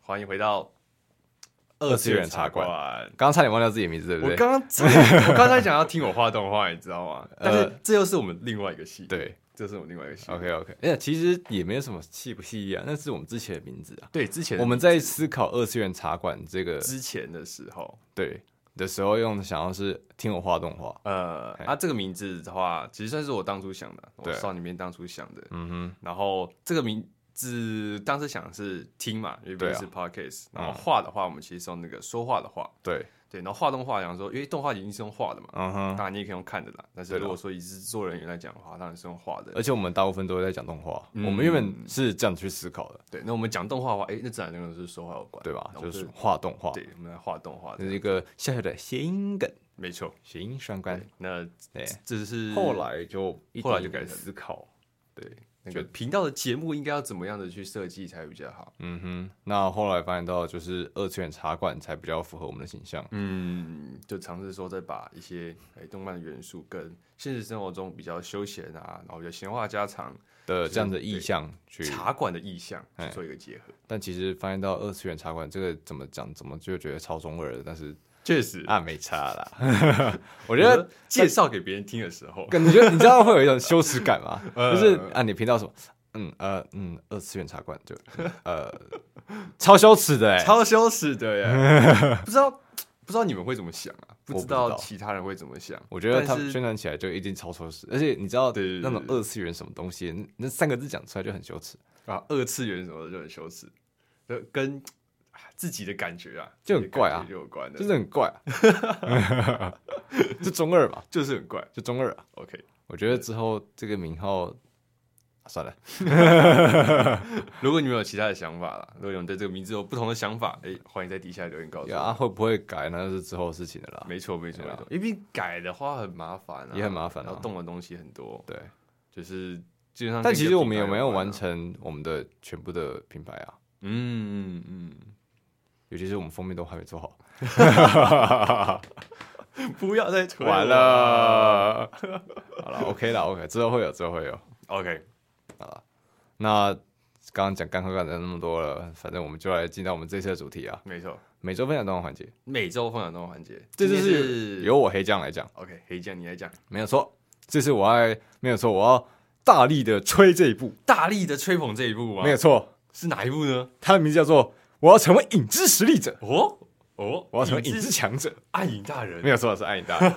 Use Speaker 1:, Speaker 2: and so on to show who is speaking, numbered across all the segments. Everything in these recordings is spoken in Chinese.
Speaker 1: 欢迎回到
Speaker 2: 二次元茶馆。
Speaker 1: 馆。
Speaker 2: 刚刚差点忘掉自己的名字，对不
Speaker 1: 我
Speaker 2: 对？
Speaker 1: 刚刚真 的我刚才讲要听我画动画，你知道吗？但
Speaker 2: 呃
Speaker 1: 是这又是我们另外一个戏，，
Speaker 2: 对
Speaker 1: 这是我们另外一个戏。
Speaker 2: ，OK OK。哎，其实也没有什么气不气啊，那是我们之前的名字啊。
Speaker 1: 对，之前
Speaker 2: 我们在思考二次元茶馆这个
Speaker 1: 之前的时候，
Speaker 2: 对的时候，用的想要是听我画动画。
Speaker 1: 呃，
Speaker 2: 嘿
Speaker 1: 啊，这个名字的话，其实算是我当初想的，我
Speaker 2: 对
Speaker 1: 少年面当初想的。
Speaker 2: 嗯
Speaker 1: 然后这个名字当时想的是听嘛，因为毕
Speaker 2: 对
Speaker 1: 竟
Speaker 2: 啊
Speaker 1: 是 podcast，、然后
Speaker 2: 嗯
Speaker 1: 画的话，我们其实是用那个说话的话，
Speaker 2: 哼，对，
Speaker 1: 对，然后画动画想说，因为动画一定是用画的嘛，
Speaker 2: 嗯哼。
Speaker 1: 当然你也可以用看的啦。但是
Speaker 2: 对啦
Speaker 1: 如果说以制作人员来讲的话，当然是用画的
Speaker 2: 而。且我们大部分都在讲动画，
Speaker 1: 嗯
Speaker 2: 我们原本是这样去思考的，
Speaker 1: 对，那我们讲动画的话，哎、那自然那个是说话有关，
Speaker 2: 哦对吧
Speaker 1: 那？我
Speaker 2: 就
Speaker 1: 们
Speaker 2: 是画动画，
Speaker 1: 对，我们来画动画
Speaker 2: 这
Speaker 1: 的，
Speaker 2: 是一个小小的谐音梗，
Speaker 1: 没错。
Speaker 2: 谐音双关
Speaker 1: 对。，那
Speaker 2: 对，
Speaker 1: 这是
Speaker 2: 哎后来就一
Speaker 1: 后来就
Speaker 2: 点
Speaker 1: 改成
Speaker 2: 思考，
Speaker 1: 对那个频道的节目应该要怎么样的去设计才比较好？
Speaker 2: 嗯哼，那后来发现到就是二次元茶馆才比较符合我们的形象，
Speaker 1: 嗯，就尝试说再把一些哎、动漫元素跟现实生活中比较休闲啊，然后比较闲话家常、
Speaker 2: 的这样的
Speaker 1: 对
Speaker 2: 意向去，
Speaker 1: 茶馆的意象去
Speaker 2: 哎
Speaker 1: 做一个结合。
Speaker 2: 但其实发现到二次元茶馆这个怎么讲，怎么就觉得超中二的，但是
Speaker 1: 确实，
Speaker 2: 啊没差啦， 我
Speaker 1: 我
Speaker 2: 觉得。
Speaker 1: 介绍给别人听的时候，
Speaker 2: 感觉你知道会有一种羞耻 感吗？
Speaker 1: 呃
Speaker 2: 就是啊，你频道什么，嗯呃嗯，二次元茶馆就嗯呃，超羞耻的哎、欸，
Speaker 1: 超羞耻的耶， 不知道不知道你们会怎么想啊？
Speaker 2: 我
Speaker 1: 不知
Speaker 2: 不知道
Speaker 1: 道其他人会怎么想？
Speaker 2: 我觉得他
Speaker 1: 但是
Speaker 2: 们宣传起来就一定超羞耻，而且你知道
Speaker 1: 对对对
Speaker 2: 那种二次元什么东西，那那三个字讲出来就很羞耻，
Speaker 1: 啊，二次元什么的就很羞耻，就跟啊自己的感觉啊，
Speaker 2: 就很怪啊
Speaker 1: 自己的感觉就有关的，
Speaker 2: 就是很怪、啊，啊 就中二嘛，
Speaker 1: 就是很怪。
Speaker 2: 就中二、啊。
Speaker 1: OK，
Speaker 2: 我觉得之后这个名号、啊算了，
Speaker 1: 如果你们有其他的想法啦，如果你们对这个名字有不同的想法，哎、欢迎在底下留言告诉我。
Speaker 2: 啊会不会改那是之后的事情了啦，
Speaker 1: 没错，没错，
Speaker 2: 对
Speaker 1: 没
Speaker 2: 啊
Speaker 1: 错，因为改的话很麻烦、啊，
Speaker 2: 也很麻烦
Speaker 1: 然后
Speaker 2: 啊。
Speaker 1: 动的东西很多，
Speaker 2: 对，
Speaker 1: 就是基本上。
Speaker 2: 但其实我们也没有啊完
Speaker 1: 成，
Speaker 2: 成我们的全部的品牌啊。
Speaker 1: 嗯嗯
Speaker 2: 尤其是我们封面都还没做好，
Speaker 1: 嗯，不要再推我
Speaker 2: 完。了， 好了，OK 了，OK，之后会有，之后会有。
Speaker 1: OK，
Speaker 2: 那刚刚讲干喝干的那么多了，反正我们就来进到我们这次的主题啊，
Speaker 1: 没错，
Speaker 2: 每周分享动画环节，
Speaker 1: 每周分享动画环节，
Speaker 2: 这就
Speaker 1: 今天
Speaker 2: 是由我黑酱来讲，
Speaker 1: OK 黑酱你来讲，
Speaker 2: 没有错，这次我爱没有错，我要大力的吹这一步，
Speaker 1: 大力的吹捧这一部吗？啊
Speaker 2: 没有错，
Speaker 1: 是哪一部呢？
Speaker 2: 它的名字叫做我要成为影之实力者，
Speaker 1: 哦哦，
Speaker 2: 我要成为
Speaker 1: 影
Speaker 2: 影之强者，
Speaker 1: 暗影大人
Speaker 2: 没有错，是爱 你大人。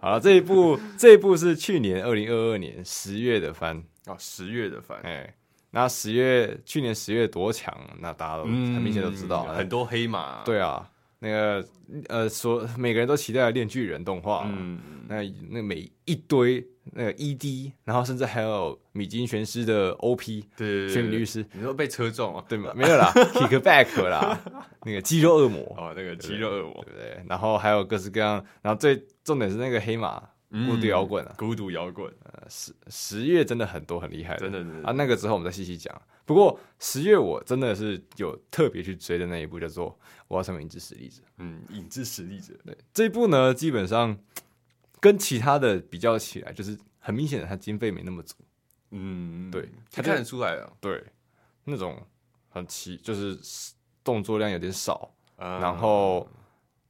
Speaker 2: 好了，这一部这一部是去年二零二二年十月的番，
Speaker 1: 哦，十月的番，
Speaker 2: 哎、那十月去年十月多强，那大家都、很明显都知道了。
Speaker 1: 嗯很多黑马，，
Speaker 2: 对啊，那个呃，所每个人都期待《链锯人》动画，
Speaker 1: 嗯，
Speaker 2: 那那每一堆那个 ED，然后甚至还有米津玄师的 OP
Speaker 1: 对，
Speaker 2: 玄米律师，
Speaker 1: 你说被车中啊？
Speaker 2: 对吗？没 有啦，Kickback 啦，那个肌肉恶魔，
Speaker 1: 哦，那个肌肉恶魔
Speaker 2: 对，不对？然后还有各式各样，然后最重点是那个黑马
Speaker 1: 嗯
Speaker 2: 孤独摇滚啊，
Speaker 1: 孤独摇滚，
Speaker 2: 十十月真的很多很厉害的，
Speaker 1: 嗯真的真
Speaker 2: 啊，
Speaker 1: 的
Speaker 2: 那个之后我们再细细讲。不过十月我真的是有特别去追的那一部，叫做《我要成为影之实力者》。
Speaker 1: 嗯，影之实力者，
Speaker 2: 对，这一部呢，基本上跟其他的比较起来，就是很明显的，它经费没那么足。
Speaker 1: 嗯，
Speaker 2: 对，
Speaker 1: 他
Speaker 2: 他
Speaker 1: 看
Speaker 2: 就
Speaker 1: 得出来啊了，
Speaker 2: 对，那种很奇，就是动作量有点少，
Speaker 1: 啊
Speaker 2: 然后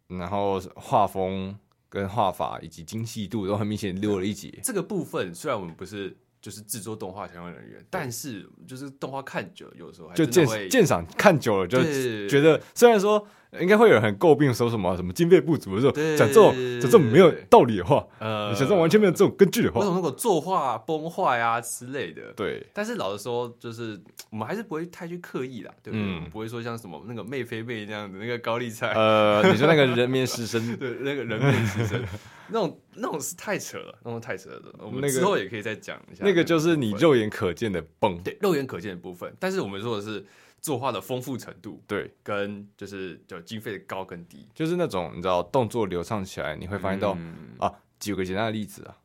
Speaker 2: 然后画风跟画法以及精细度都很明显溜了一截。
Speaker 1: 这个部分虽然我们不是就是制作动画相关人员，但是就是动画看久了，有时候还
Speaker 2: 就
Speaker 1: 啊真
Speaker 2: 鉴
Speaker 1: 的会
Speaker 2: 鉴赏看久了，就
Speaker 1: 对
Speaker 2: 觉得虽然说呃应该会有人很诟病说什么什么经费不足的时候，
Speaker 1: 对
Speaker 2: 讲这种讲这种没有道理的话，
Speaker 1: 呃
Speaker 2: 你讲这种完全没有这种根据的
Speaker 1: 为什么
Speaker 2: 话，
Speaker 1: 那个作画崩坏啊之类的。
Speaker 2: 对
Speaker 1: 但是老实说，就是我们还是不会太去刻意啦，对不对？
Speaker 2: 嗯
Speaker 1: 我们不会说像什么那个妹飞妹那样的那个高丽菜，
Speaker 2: 呃，你说那个人面狮 身
Speaker 1: 对那个人面狮身 那种那种是太扯了，那种太扯了。我
Speaker 2: 那
Speaker 1: 们
Speaker 2: 个
Speaker 1: 之后也可以再讲一下
Speaker 2: 那个就是
Speaker 1: 部
Speaker 2: 你
Speaker 1: 分
Speaker 2: 肉眼可见的蹦，
Speaker 1: 对肉眼可见的部分，但是我们说的是作画的丰富程度
Speaker 2: 对，
Speaker 1: 跟就是就经费的高跟低，
Speaker 2: 就是那种你知道动作流畅起来，你会发现到
Speaker 1: 嗯
Speaker 2: 啊，举个简单的例子啊，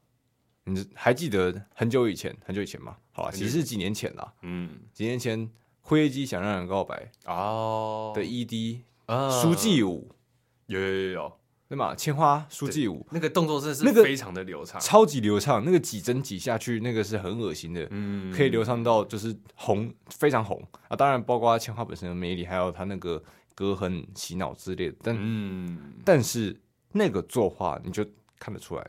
Speaker 2: 你还记得很久以前很久以前吗？好啦，
Speaker 1: 很
Speaker 2: 其
Speaker 1: 久以
Speaker 2: 实是几年前啦，
Speaker 1: 嗯
Speaker 2: 几年前灰机想让人告白
Speaker 1: 哦
Speaker 2: 的 ED
Speaker 1: 啊
Speaker 2: 书记武。
Speaker 1: 有有有有
Speaker 2: 那对嘛？千花书记舞
Speaker 1: 那个动作真的是
Speaker 2: 那个
Speaker 1: 非常的流畅，
Speaker 2: 超级流畅，那个几针几下去，那个是很恶心的，
Speaker 1: 嗯，
Speaker 2: 可以流畅到就是红，非常红啊！当然包括千花本身的魅力，还有它那个歌很洗脑之类的，但、
Speaker 1: 嗯，
Speaker 2: 但是那个作画你就看得出来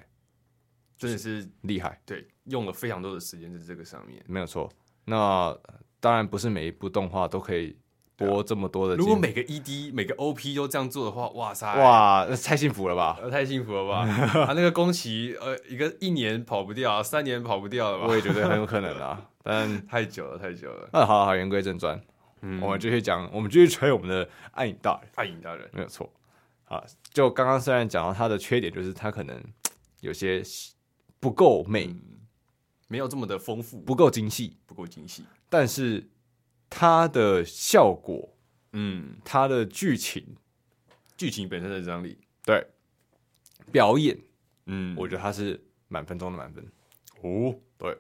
Speaker 1: 真的是
Speaker 2: 厉害，
Speaker 1: 对，用了非常多的时间在这个上面。
Speaker 2: 没有错。那呃当然不是每一部动画都可以播这么多的
Speaker 1: 如
Speaker 2: 精，
Speaker 1: 果每个 ED 每个 OP 都这样做的话，哇塞，
Speaker 2: 哇，那太幸福了吧！
Speaker 1: 呃，太幸福了 吧！他、那个宫崎，呃，一个一年跑不掉，啊三年跑不掉了吧？
Speaker 2: 我也觉得很有可能啊， 但
Speaker 1: 太久了，太久了。
Speaker 2: 那好好言归正传，
Speaker 1: 嗯
Speaker 2: 我们继续讲，我们继续吹我们的暗影大人，
Speaker 1: 太赢大人，
Speaker 2: 没有错啊。就刚刚虽然讲到他的缺点，就是他可能有些不够
Speaker 1: 嗯
Speaker 2: 美、
Speaker 1: 没有这么的丰富，不
Speaker 2: 不够精细，
Speaker 1: 不够精细。
Speaker 2: 但是它的效果、
Speaker 1: 嗯，
Speaker 2: 它的剧情、
Speaker 1: 剧情本身的张力，
Speaker 2: 对表演，
Speaker 1: 嗯
Speaker 2: 我
Speaker 1: 我
Speaker 2: 觉得它是满分中的满分，
Speaker 1: 哦，
Speaker 2: 对，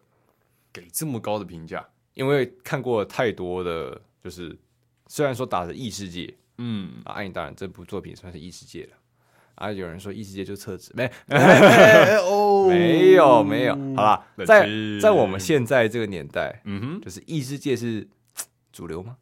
Speaker 1: 给这么高的评价，
Speaker 2: 因为看过太多的，就是虽然说打着异世界，
Speaker 1: 嗯，
Speaker 2: 啊，《暗影大人》这部作品算是异世界了。啊，有人说异世界就厕纸，没
Speaker 1: 哦
Speaker 2: 没有没有，好，啦，
Speaker 1: 冷
Speaker 2: 在
Speaker 1: 静
Speaker 2: 在我们现在这个年代，
Speaker 1: 嗯哼，
Speaker 2: 就是异世界是主流吗？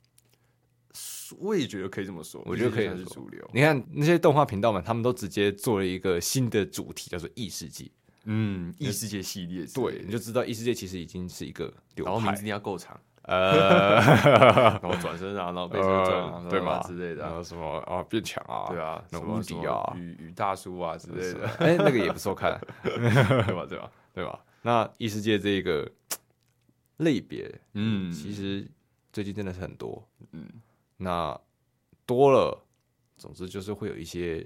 Speaker 1: 我也觉得可以这么说，
Speaker 2: 我觉得可以
Speaker 1: 算是
Speaker 2: 这么说
Speaker 1: 主流，
Speaker 2: 你看那些动画频道们，他们都直接做了一个新的主题，叫做异世界。
Speaker 1: 嗯，异世界系列之类的，
Speaker 2: 对，你就知道异世界其实已经是一个流
Speaker 1: 然后名字
Speaker 2: 派
Speaker 1: 一，定要够长，
Speaker 2: 呃，
Speaker 1: 然后转身啊，然后被车撞啊，
Speaker 2: 对
Speaker 1: 吧
Speaker 2: 嘛
Speaker 1: 之类的
Speaker 2: 然
Speaker 1: 啊，
Speaker 2: 后什么啊变强啊，
Speaker 1: 对啊，
Speaker 2: 那
Speaker 1: 什
Speaker 2: 种
Speaker 1: 么
Speaker 2: 无
Speaker 1: 什
Speaker 2: 敌
Speaker 1: 么
Speaker 2: 啊，
Speaker 1: 雨雨大叔啊之类
Speaker 2: 是
Speaker 1: 的，
Speaker 2: 哎，那个也不错看，
Speaker 1: 对吧？对吧？
Speaker 2: 对吧？那异世界这个类别，
Speaker 1: 嗯
Speaker 2: 其实最近真的是很多，
Speaker 1: 嗯，
Speaker 2: 那多了，总之就是会有一些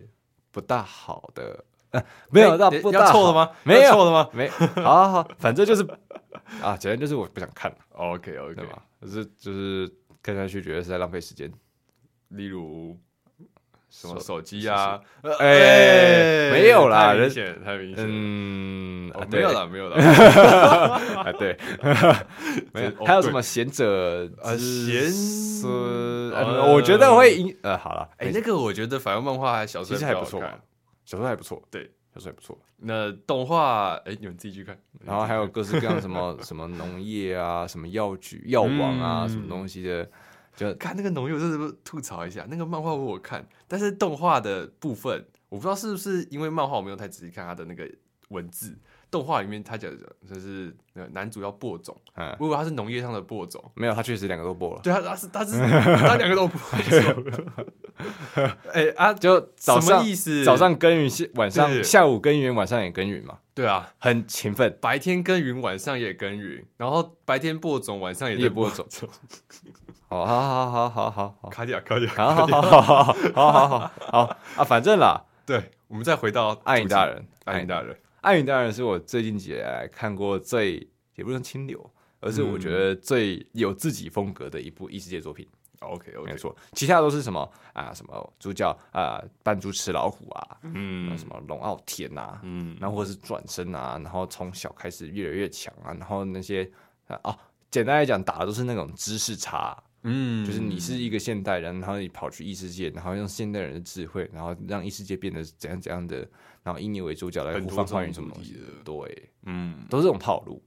Speaker 2: 不大好的，呃、没有到
Speaker 1: 哎
Speaker 2: 不大
Speaker 1: 要
Speaker 2: 好
Speaker 1: 错了？吗？
Speaker 2: 没有
Speaker 1: 要错了吗
Speaker 2: 没，好好好，反正就是啊，简单就是我不想看，
Speaker 1: ？OK
Speaker 2: 对
Speaker 1: OK，
Speaker 2: 吧？就是就是看下去觉得是在浪费时间，
Speaker 1: 例如什么
Speaker 2: 手
Speaker 1: 手机啊，
Speaker 2: 哎没有啦
Speaker 1: 太明
Speaker 2: 人
Speaker 1: 显，太明显了，
Speaker 2: 嗯，
Speaker 1: 哦
Speaker 2: 啊、
Speaker 1: 没有
Speaker 2: 了
Speaker 1: 啦，没有啦， 哦
Speaker 2: 啊，对， 没有
Speaker 1: 这，哦
Speaker 2: 还有什么贤者
Speaker 1: 呃
Speaker 2: 之
Speaker 1: 贤
Speaker 2: 孙
Speaker 1: 呃
Speaker 2: 呃，我觉得会影，呃，好了，
Speaker 1: 哎，那个我觉得反正漫画还小时
Speaker 2: 其
Speaker 1: 候
Speaker 2: 实还
Speaker 1: 比
Speaker 2: 不
Speaker 1: 较
Speaker 2: 错啊
Speaker 1: 好
Speaker 2: 吧
Speaker 1: 看，，
Speaker 2: 小时候还不错，
Speaker 1: 对，
Speaker 2: 小时候还不错。
Speaker 1: 那动画哎，你们自己去看，
Speaker 2: 然后还有各式各样 什么什么农业啊，什么药局、药王啊，
Speaker 1: 嗯
Speaker 2: 什么东西的，
Speaker 1: 看那个农友，真的吐槽一下，那个漫画我有看，但是动画的部分，我不知道是不是因为漫画我没有太仔细看他的那个文字，动画里面他讲的就是那个男主要播种，
Speaker 2: 嗯，
Speaker 1: 我以为他是农业上的播种，
Speaker 2: 没有，他确实两个都播了，
Speaker 1: 对啊他他是 他是他两个都播种，哎、啊，
Speaker 2: 就早
Speaker 1: 什么
Speaker 2: 上
Speaker 1: 意思？
Speaker 2: 早上耕耘，下晚上
Speaker 1: 对
Speaker 2: 下午耕耘，晚上也耕耘嘛，
Speaker 1: 对啊，
Speaker 2: 很勤奋，
Speaker 1: 白天耕耘，晚上也耕耘，然后白天播种，晚上也在
Speaker 2: 夜播种，哦好好好好好好好。
Speaker 1: 卡迪亚卡迪亚，
Speaker 2: 好好好好好好好好好啊！反正啦，
Speaker 1: 对，我们再回到
Speaker 2: 爱你大
Speaker 1: 主题，
Speaker 2: 人，
Speaker 1: 爱你大人，
Speaker 2: 《暗影大人》是我最近几年来看过最也不能清流，而是我觉得最有自己风格的一部异世界作品。
Speaker 1: OK
Speaker 2: 没
Speaker 1: OK，
Speaker 2: 有错，其他都是什么啊？什么主角啊，扮猪吃老虎啊，
Speaker 1: 嗯
Speaker 2: 什么龙傲天啊，
Speaker 1: 嗯
Speaker 2: 然后或者是转身啊，然后从小开始越来越强啊，然后那些啊哦，简单来讲，打的都是那种知识差，
Speaker 1: 嗯，
Speaker 2: 就是你是一个现代人，然后你跑去异世界，然后用现代人的智慧，然后让异世界变得怎样怎样的，然后以你为主角来
Speaker 1: 很
Speaker 2: 呼
Speaker 1: 多
Speaker 2: 风唤
Speaker 1: 这
Speaker 2: 雨什
Speaker 1: 种
Speaker 2: 么
Speaker 1: 主
Speaker 2: 东
Speaker 1: 题
Speaker 2: 西
Speaker 1: 的，
Speaker 2: 对，
Speaker 1: 嗯
Speaker 2: 都是这种套路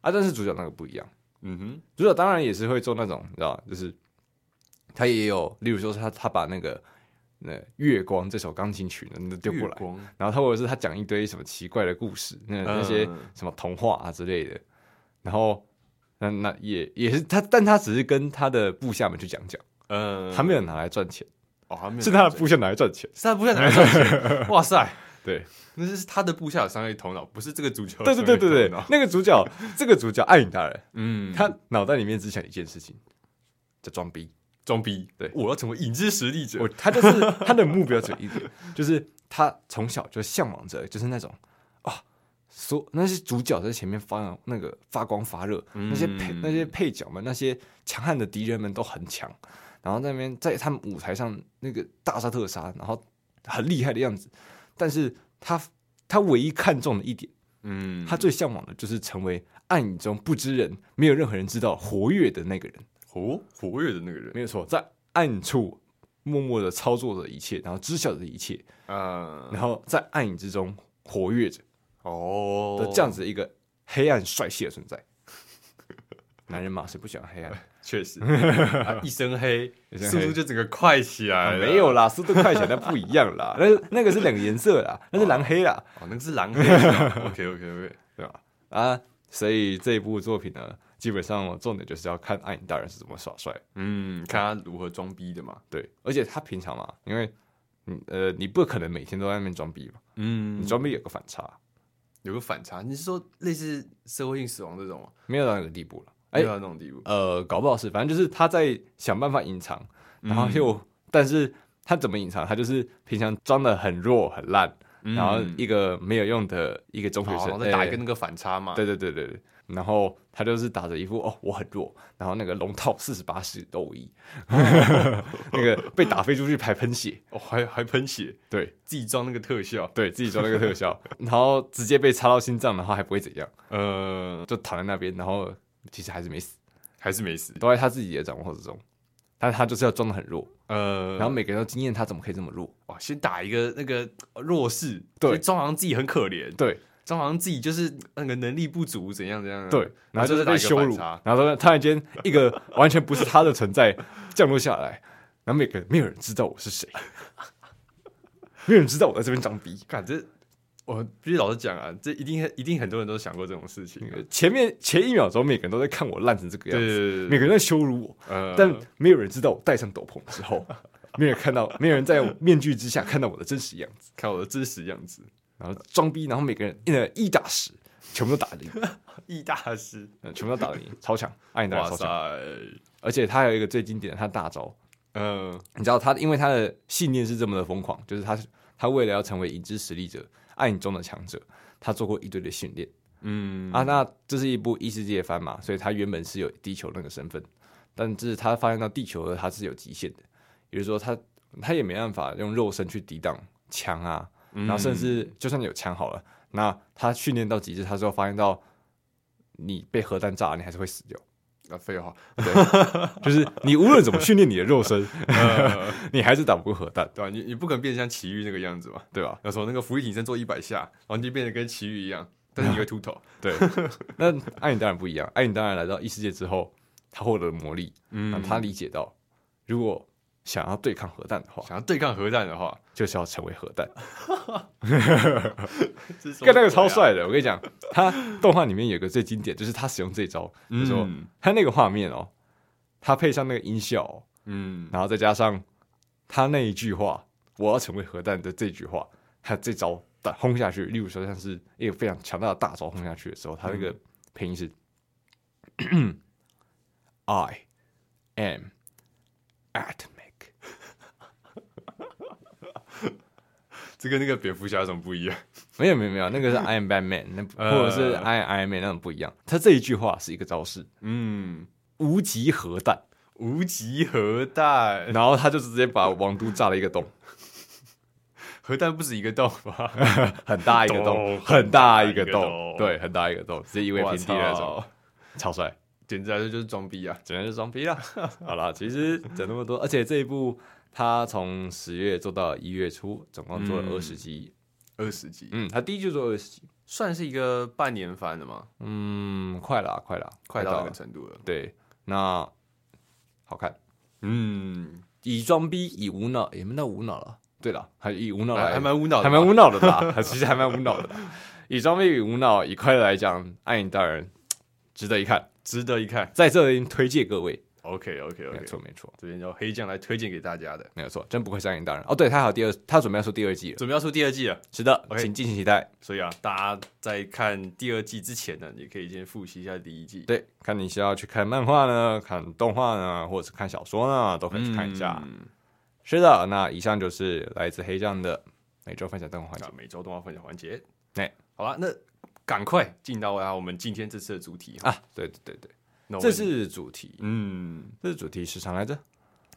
Speaker 2: 啊。但是主角那个不一样，
Speaker 1: 嗯哼。
Speaker 2: 主角当然也是会做那种，你知道，就是他也有，例如说他他把那个那月光这首钢琴曲呢丢过来，
Speaker 1: 光
Speaker 2: 然后他或者是他讲一堆什么奇怪的故事，那那些
Speaker 1: 嗯
Speaker 2: 什么童话啊之类的，然后那那也也是他，但他只是跟他的部下们去讲讲，
Speaker 1: 嗯，
Speaker 2: 呃他没有拿来赚钱，
Speaker 1: 哦，他没有
Speaker 2: 是他的
Speaker 1: 拿
Speaker 2: 部下拿来赚钱，
Speaker 1: 是他的部下拿来赚钱， 哇塞，
Speaker 2: 对
Speaker 1: 那是他的部下有商业头脑，不是这个足球。
Speaker 2: 对对对对对，，那个主 角这个主角暗影大人，
Speaker 1: 嗯，
Speaker 2: 他脑袋里面只想一件事情，叫装逼。
Speaker 1: 装逼，
Speaker 2: 对
Speaker 1: 我要成为影之实力者
Speaker 2: 我，他就是他的目标只有一点，就是他从小就向往着，就是那种啊，所那些主角在前面发那个发光发热，那些配
Speaker 1: 嗯
Speaker 2: 那些配角们，那些强悍的敌人们都很强，然后在那边在他们舞台上那个大杀特杀，然后很厉害的样子，但是他他唯一看重的一点，
Speaker 1: 嗯，
Speaker 2: 他最向往的就是成为暗影中不知人，没有任何人知道活跃的那个人，
Speaker 1: 活活跃的那个人，
Speaker 2: 没有错，在暗处默默的操作着一切，然后知晓着一切，
Speaker 1: 嗯，
Speaker 2: 然后在暗影之中活跃着
Speaker 1: 哦
Speaker 2: 的这样子的一个黑暗帅气的存在。 男人嘛，谁不喜欢黑暗？
Speaker 1: 确 实，啊一身黑，
Speaker 2: 一身
Speaker 1: 速
Speaker 2: 黑
Speaker 1: 度就整个快起来
Speaker 2: 啊、
Speaker 1: 了。
Speaker 2: 没有啦，速度快起来那不一样啦，那那个是两个颜色啦，那是蓝黑啦，
Speaker 1: 哦，那个是狼黑是 吧。OK OK OK，
Speaker 2: 对吧？啊，所以这一部作品呢，基本上我重点就是要看暗影大人是怎么耍帅。
Speaker 1: 嗯，看他如何装逼的嘛。
Speaker 2: 对，而且他平常嘛，因为你呃，你不可能每天都在那边装逼嘛，
Speaker 1: 嗯
Speaker 2: 你装逼有个反差，
Speaker 1: 有个反差，你是说类似社会性死亡这种吗？
Speaker 2: 没有到那个地步了。哎、
Speaker 1: 没有到那种地步。
Speaker 2: 呃，搞不好是，反正就是他在想办法隐藏，
Speaker 1: 嗯
Speaker 2: 然后又，但是他怎么隐藏？他就是平常装的很弱很烂，
Speaker 1: 嗯
Speaker 2: 然后一个没有用的一个中学
Speaker 1: 好，然
Speaker 2: 生，
Speaker 1: 后再打一个
Speaker 2: 哎
Speaker 1: 那个反差嘛。
Speaker 2: 对对对对对。然后他就是打着一副哦我很弱，然后那个龙套四十八式斗衣， 那个被打飞出去还喷血，
Speaker 1: 哦，还还喷血，
Speaker 2: 对
Speaker 1: 自己装那个特效。
Speaker 2: 对，自己装那个特 效，然后直接被插到心脏，然后还不会怎样，
Speaker 1: 呃，
Speaker 2: 就躺在那边，然后其实还是没死，
Speaker 1: 还是没死。
Speaker 2: 都在他自己的掌握之中。但他就是要装的很弱，
Speaker 1: 呃，
Speaker 2: 然后每个人都惊艳他怎么可以这么弱，
Speaker 1: 哇，先打一个那个弱势，
Speaker 2: 对
Speaker 1: 就装好像自己很可怜，
Speaker 2: 对
Speaker 1: 装好像自己就是那个能力不足，怎样怎样。
Speaker 2: 对，嗯然后就是被羞辱，
Speaker 1: 然后就是打一个反差
Speaker 2: 然后突然间一个完全不是他的存在降落下来，然后每个人没有人知道我是 谁，没有人知道我在这边装逼，
Speaker 1: 感这我必须老实讲啊，这一定一定很多人都想过这种事情啊。
Speaker 2: 前面前一秒钟每个人都在看我烂成这个
Speaker 1: 对
Speaker 2: 样子，
Speaker 1: 对对
Speaker 2: 每
Speaker 1: 对，
Speaker 2: 个人在羞辱我，
Speaker 1: 呃，
Speaker 2: 但没有人知道我戴上斗篷 之后，没有人看到，没有人在面具之下看到我的真实样子，
Speaker 1: 看我的真实样子，
Speaker 2: 然后装逼，然后每个人呃一打十，全部都打得赢，
Speaker 1: 易大师，
Speaker 2: 嗯 全部都打得赢，超强，爱你的
Speaker 1: 哇
Speaker 2: 人超
Speaker 1: 塞
Speaker 2: 强，，而且他还有一个最经典的他的大招，
Speaker 1: 嗯
Speaker 2: 你知道他因为他的信念是这么的疯狂，就是他他为了要成为影之实力者，暗影中的强者，他做过一堆的训练。
Speaker 1: 嗯
Speaker 2: 啊，那这是一部异世界番嘛，所以他原本是有地球那个身份，但是他发现到地球的他是有极限的，也就是说他他也没办法用肉身去抵挡枪啊，
Speaker 1: 嗯
Speaker 2: 然后甚至就算有枪好了，那他训练到极致，他之后发现到你被核弹炸，你还是会死掉，
Speaker 1: 啊，废话，
Speaker 2: 就是你无论怎么训练你的肉身， 你还是打不过核弹，
Speaker 1: 对吧？啊你你不可能变得像奇遇那个样子嘛？
Speaker 2: 对吧？
Speaker 1: 要说那个俯卧挺身做一百下，然后你就变得跟奇遇一样，但是你会秃 头，
Speaker 2: 对，那艾你当然不一样，艾你当然来到异世界之后，他获得了魔力，
Speaker 1: 嗯
Speaker 2: 嗯，他理解到如果想要对抗核弹的话，
Speaker 1: 想要对抗核弹的话，
Speaker 2: 就是要成为核弹。
Speaker 1: 这是什么
Speaker 2: 看那个超
Speaker 1: 鬼啊，
Speaker 2: 帅的，我跟你讲，他动画里面有个最经典，就是他使用这招，就是说
Speaker 1: 嗯
Speaker 2: 他那个画面哦，他配上那个音效哦、
Speaker 1: 嗯，
Speaker 2: 然后再加上他那一句话“我要成为核弹”的这句话，他这招打轰下去，例如说像是一个非常强大的大招轰下去的时候，他那个配音是、I am atomic”，
Speaker 1: 这跟那个蝙蝠侠有什么不一样？
Speaker 2: 没有没有没有，那个是 “I am Batman”，那不或者是
Speaker 1: 呃
Speaker 2: “I am Iron Man” 那种不一样。他这一句话是一个招式，
Speaker 1: 嗯，
Speaker 2: 无极核弹，
Speaker 1: 无极核弹，
Speaker 2: 然后他就直接把王都炸了一个 洞，
Speaker 1: 核弹不止一个洞吧？
Speaker 2: 很大一个
Speaker 1: 洞
Speaker 2: 洞，很大一
Speaker 1: 很大
Speaker 2: 个
Speaker 1: 一个洞
Speaker 2: 洞，对，很大一个洞，直接夷为
Speaker 1: 我
Speaker 2: 平地那种。
Speaker 1: 操，
Speaker 2: 超帅，
Speaker 1: 简直来说就是装逼啊！
Speaker 2: 整个是装逼啦。 好啦，其实整那么多，而且这一部他从十月做到一月初，总共做了
Speaker 1: 嗯
Speaker 2: 二十集。
Speaker 1: 二十集，
Speaker 2: 嗯，他第一季做二十集，
Speaker 1: 算是一个半年番了嘛，
Speaker 2: 嗯，快啦，快啦，
Speaker 1: 快到
Speaker 2: 到
Speaker 1: 那个程度了。
Speaker 2: 对，那好看，
Speaker 1: 嗯，
Speaker 2: 以装逼，以无脑，也没到无脑了。对了，还以无脑
Speaker 1: 还
Speaker 2: 来，
Speaker 1: 还蛮无脑的吧，
Speaker 2: 还蛮无脑的吧？其实还蛮无脑的吧。以装逼与无脑，以快乐来讲，《暗影大人》值得一看，
Speaker 1: 值得一看。
Speaker 2: 在这里推荐各位。
Speaker 1: OK OK
Speaker 2: 没
Speaker 1: OK，
Speaker 2: 错，没错。
Speaker 1: 这边由黑酱来推荐给大家的，
Speaker 2: 没有错，真不愧是暗影大人哦。对他还有第二，他准备要出第二季了。
Speaker 1: 准备要出第二季了。
Speaker 2: 是的
Speaker 1: OK
Speaker 2: 请敬请期待。
Speaker 1: 所以啊，大家在看第二季之前呢，也可以先复习一下第一季，
Speaker 2: 对，看你是要去看漫画呢，看动画呢，或者是看小说呢，都可以去看一下。
Speaker 1: 嗯
Speaker 2: 是的，那以上就是来自黑酱的每周分享动画环节
Speaker 1: 那。啊每周动画分享环节，
Speaker 2: 哎
Speaker 1: 好吧，那赶快进到啊我们今天这次的主题哈。
Speaker 2: 啊，对对对对，
Speaker 1: 那我
Speaker 2: 这
Speaker 1: 们
Speaker 2: 是主题，
Speaker 1: 嗯，
Speaker 2: 这是主题时长来着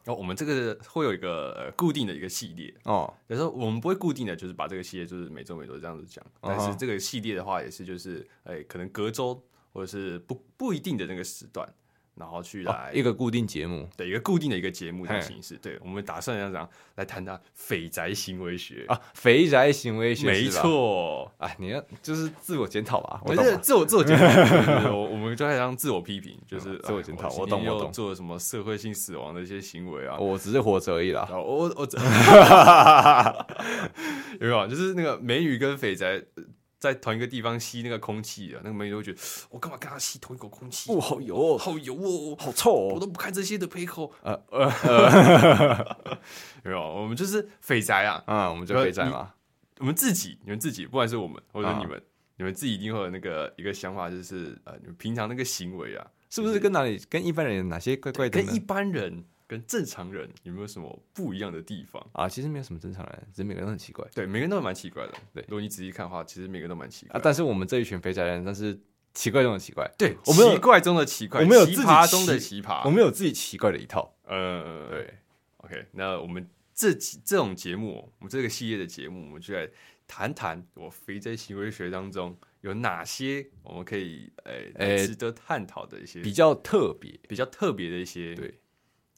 Speaker 1: 然后我们这个会有一个呃固定的一个系列，
Speaker 2: 哦，
Speaker 1: 有时候我们不会固定的就是把这个系列就是每周每周这样子讲，
Speaker 2: 嗯哼
Speaker 1: 但是这个系列的话也是就是哎、可能隔周或者是不不一定的那个时段，然后去
Speaker 2: 哦
Speaker 1: 来、
Speaker 2: 一个固定节目
Speaker 1: 的一个固定的一个节目的
Speaker 2: 嘿
Speaker 1: 形式。对，我们打算要这样来谈谈匪宅行为学。
Speaker 2: 啊，肥宅行为学，
Speaker 1: 没
Speaker 2: 是吧。
Speaker 1: 错，
Speaker 2: 哎，你要就是自我检讨吧，我
Speaker 1: 我
Speaker 2: 懂
Speaker 1: 是
Speaker 2: 了
Speaker 1: 自我自我检讨，对对对我我们就开始当自我批评，就是
Speaker 2: 嗯自我检讨
Speaker 1: 哎
Speaker 2: 我
Speaker 1: 今天
Speaker 2: 懂我
Speaker 1: 又
Speaker 2: 懂
Speaker 1: 做了什么社会性死亡的一些行为啊，
Speaker 2: 我只是活着而已啦。
Speaker 1: 然后我我 我有没有？就是那个美女跟肥宅呃在同一个地方吸那个空气啊，那个美女都会觉得我干嘛跟她吸同一口空气？
Speaker 2: 哦，好油哦，
Speaker 1: 好油哦，
Speaker 2: 好臭
Speaker 1: 我
Speaker 2: 哦。
Speaker 1: 都不看这些的 p 口。
Speaker 2: 呃
Speaker 1: 呃， 有没有？我们就是肥宅啊，
Speaker 2: 啊，我们就肥宅嘛。
Speaker 1: 我们自己，你们自己，不管是我们或者是
Speaker 2: 啊
Speaker 1: 你们，你们自己一定会有那个一个想法，就是呃，你们平常那个行为啊，
Speaker 2: 是不是跟哪里跟一般人有哪些怪怪的
Speaker 1: 跟
Speaker 2: 呢
Speaker 1: 一？般人、跟正常人有没有什么不一样的地方？
Speaker 2: 啊，其实没有什么正常人，只是每个人都很奇怪
Speaker 1: 对，每个人都蛮奇怪的。
Speaker 2: 对
Speaker 1: 如果你仔细看的话，其实每个人都蛮奇怪
Speaker 2: 啊。
Speaker 1: 的。
Speaker 2: 但是我们这一群肥宅人，但是奇怪中的奇怪，
Speaker 1: 对，
Speaker 2: 我们有
Speaker 1: 奇怪中的奇怪，
Speaker 2: 我们有
Speaker 1: 奇
Speaker 2: 自己
Speaker 1: 葩
Speaker 2: 奇
Speaker 1: 中的奇葩。
Speaker 2: 我们有自己奇怪的一套。
Speaker 1: 呃，
Speaker 2: 对，
Speaker 1: ，OK，那我们这几这种节目哦，我们这个系列的节目，我们就来谈谈我肥宅行为学当中有哪些我们可以诶、呃
Speaker 2: 诶
Speaker 1: 值得探讨的一些
Speaker 2: 比较特别。
Speaker 1: 比较特别的一些
Speaker 2: 对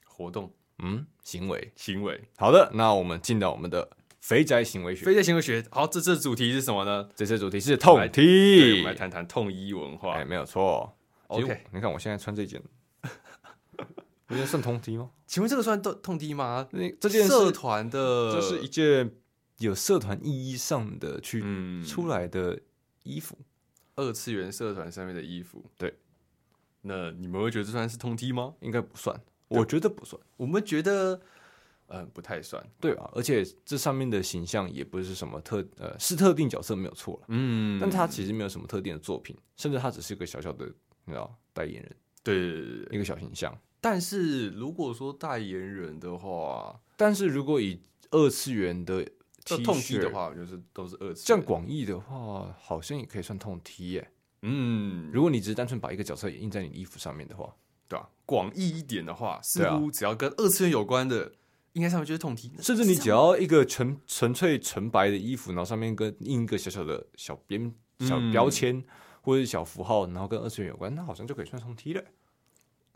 Speaker 1: 活动
Speaker 2: 嗯，行为。
Speaker 1: 行为。
Speaker 2: 好的，那我们进到我们的肥宅行为学，
Speaker 1: 飞在行为学，好，这次的主题是什么呢？
Speaker 2: 这次主题是
Speaker 1: 我
Speaker 2: 痛
Speaker 1: 们对，我
Speaker 2: 踢
Speaker 1: 们来。谈谈痛医文化
Speaker 2: 哎，。没有错。其实
Speaker 1: OK
Speaker 2: 我你看我现在穿 这件，这件算痛踢吗？
Speaker 1: 请问这个算痛痛踢吗？
Speaker 2: 那这件
Speaker 1: 社
Speaker 2: 是
Speaker 1: 团的，
Speaker 2: 这是一件有社团意义上的去
Speaker 1: 嗯
Speaker 2: 出来的衣服。
Speaker 1: 二次元社团上面的衣服。
Speaker 2: 对，
Speaker 1: 那你们会觉得这算是痛踢吗？
Speaker 2: 应该不算，我觉得不算，
Speaker 1: 我们觉得，嗯、不太算。
Speaker 2: 对吧？而且这上面的形象也不是什么特呃，是特定角色没有错了，
Speaker 1: 嗯
Speaker 2: 但他其实没有什么特定的作品，甚至他只是个小小的你知道代言人，
Speaker 1: 对对对对对。
Speaker 2: 一个小形象。
Speaker 1: 但是如果说代言人的话，
Speaker 2: 但是如果以二次元的
Speaker 1: 这
Speaker 2: T
Speaker 1: 痛踢
Speaker 2: 恤
Speaker 1: 的，话，就是都是二次元。
Speaker 2: 这样广义的话，好像也可以算痛 T 耶、
Speaker 1: 嗯，
Speaker 2: 如果你只是单纯把一个角色印在你衣服上面的话，
Speaker 1: 对吧、啊广义一点的话，似
Speaker 2: 对啊
Speaker 1: 乎只要跟二次元有关的，应该上面就是痛踢。
Speaker 2: 甚至你只要一个纯纯粹纯白的衣服，然后上面跟印一个小小的小边小
Speaker 1: 嗯
Speaker 2: 标签、或者是小符号，然后跟二次元有关，那好像就可以算上 T 了。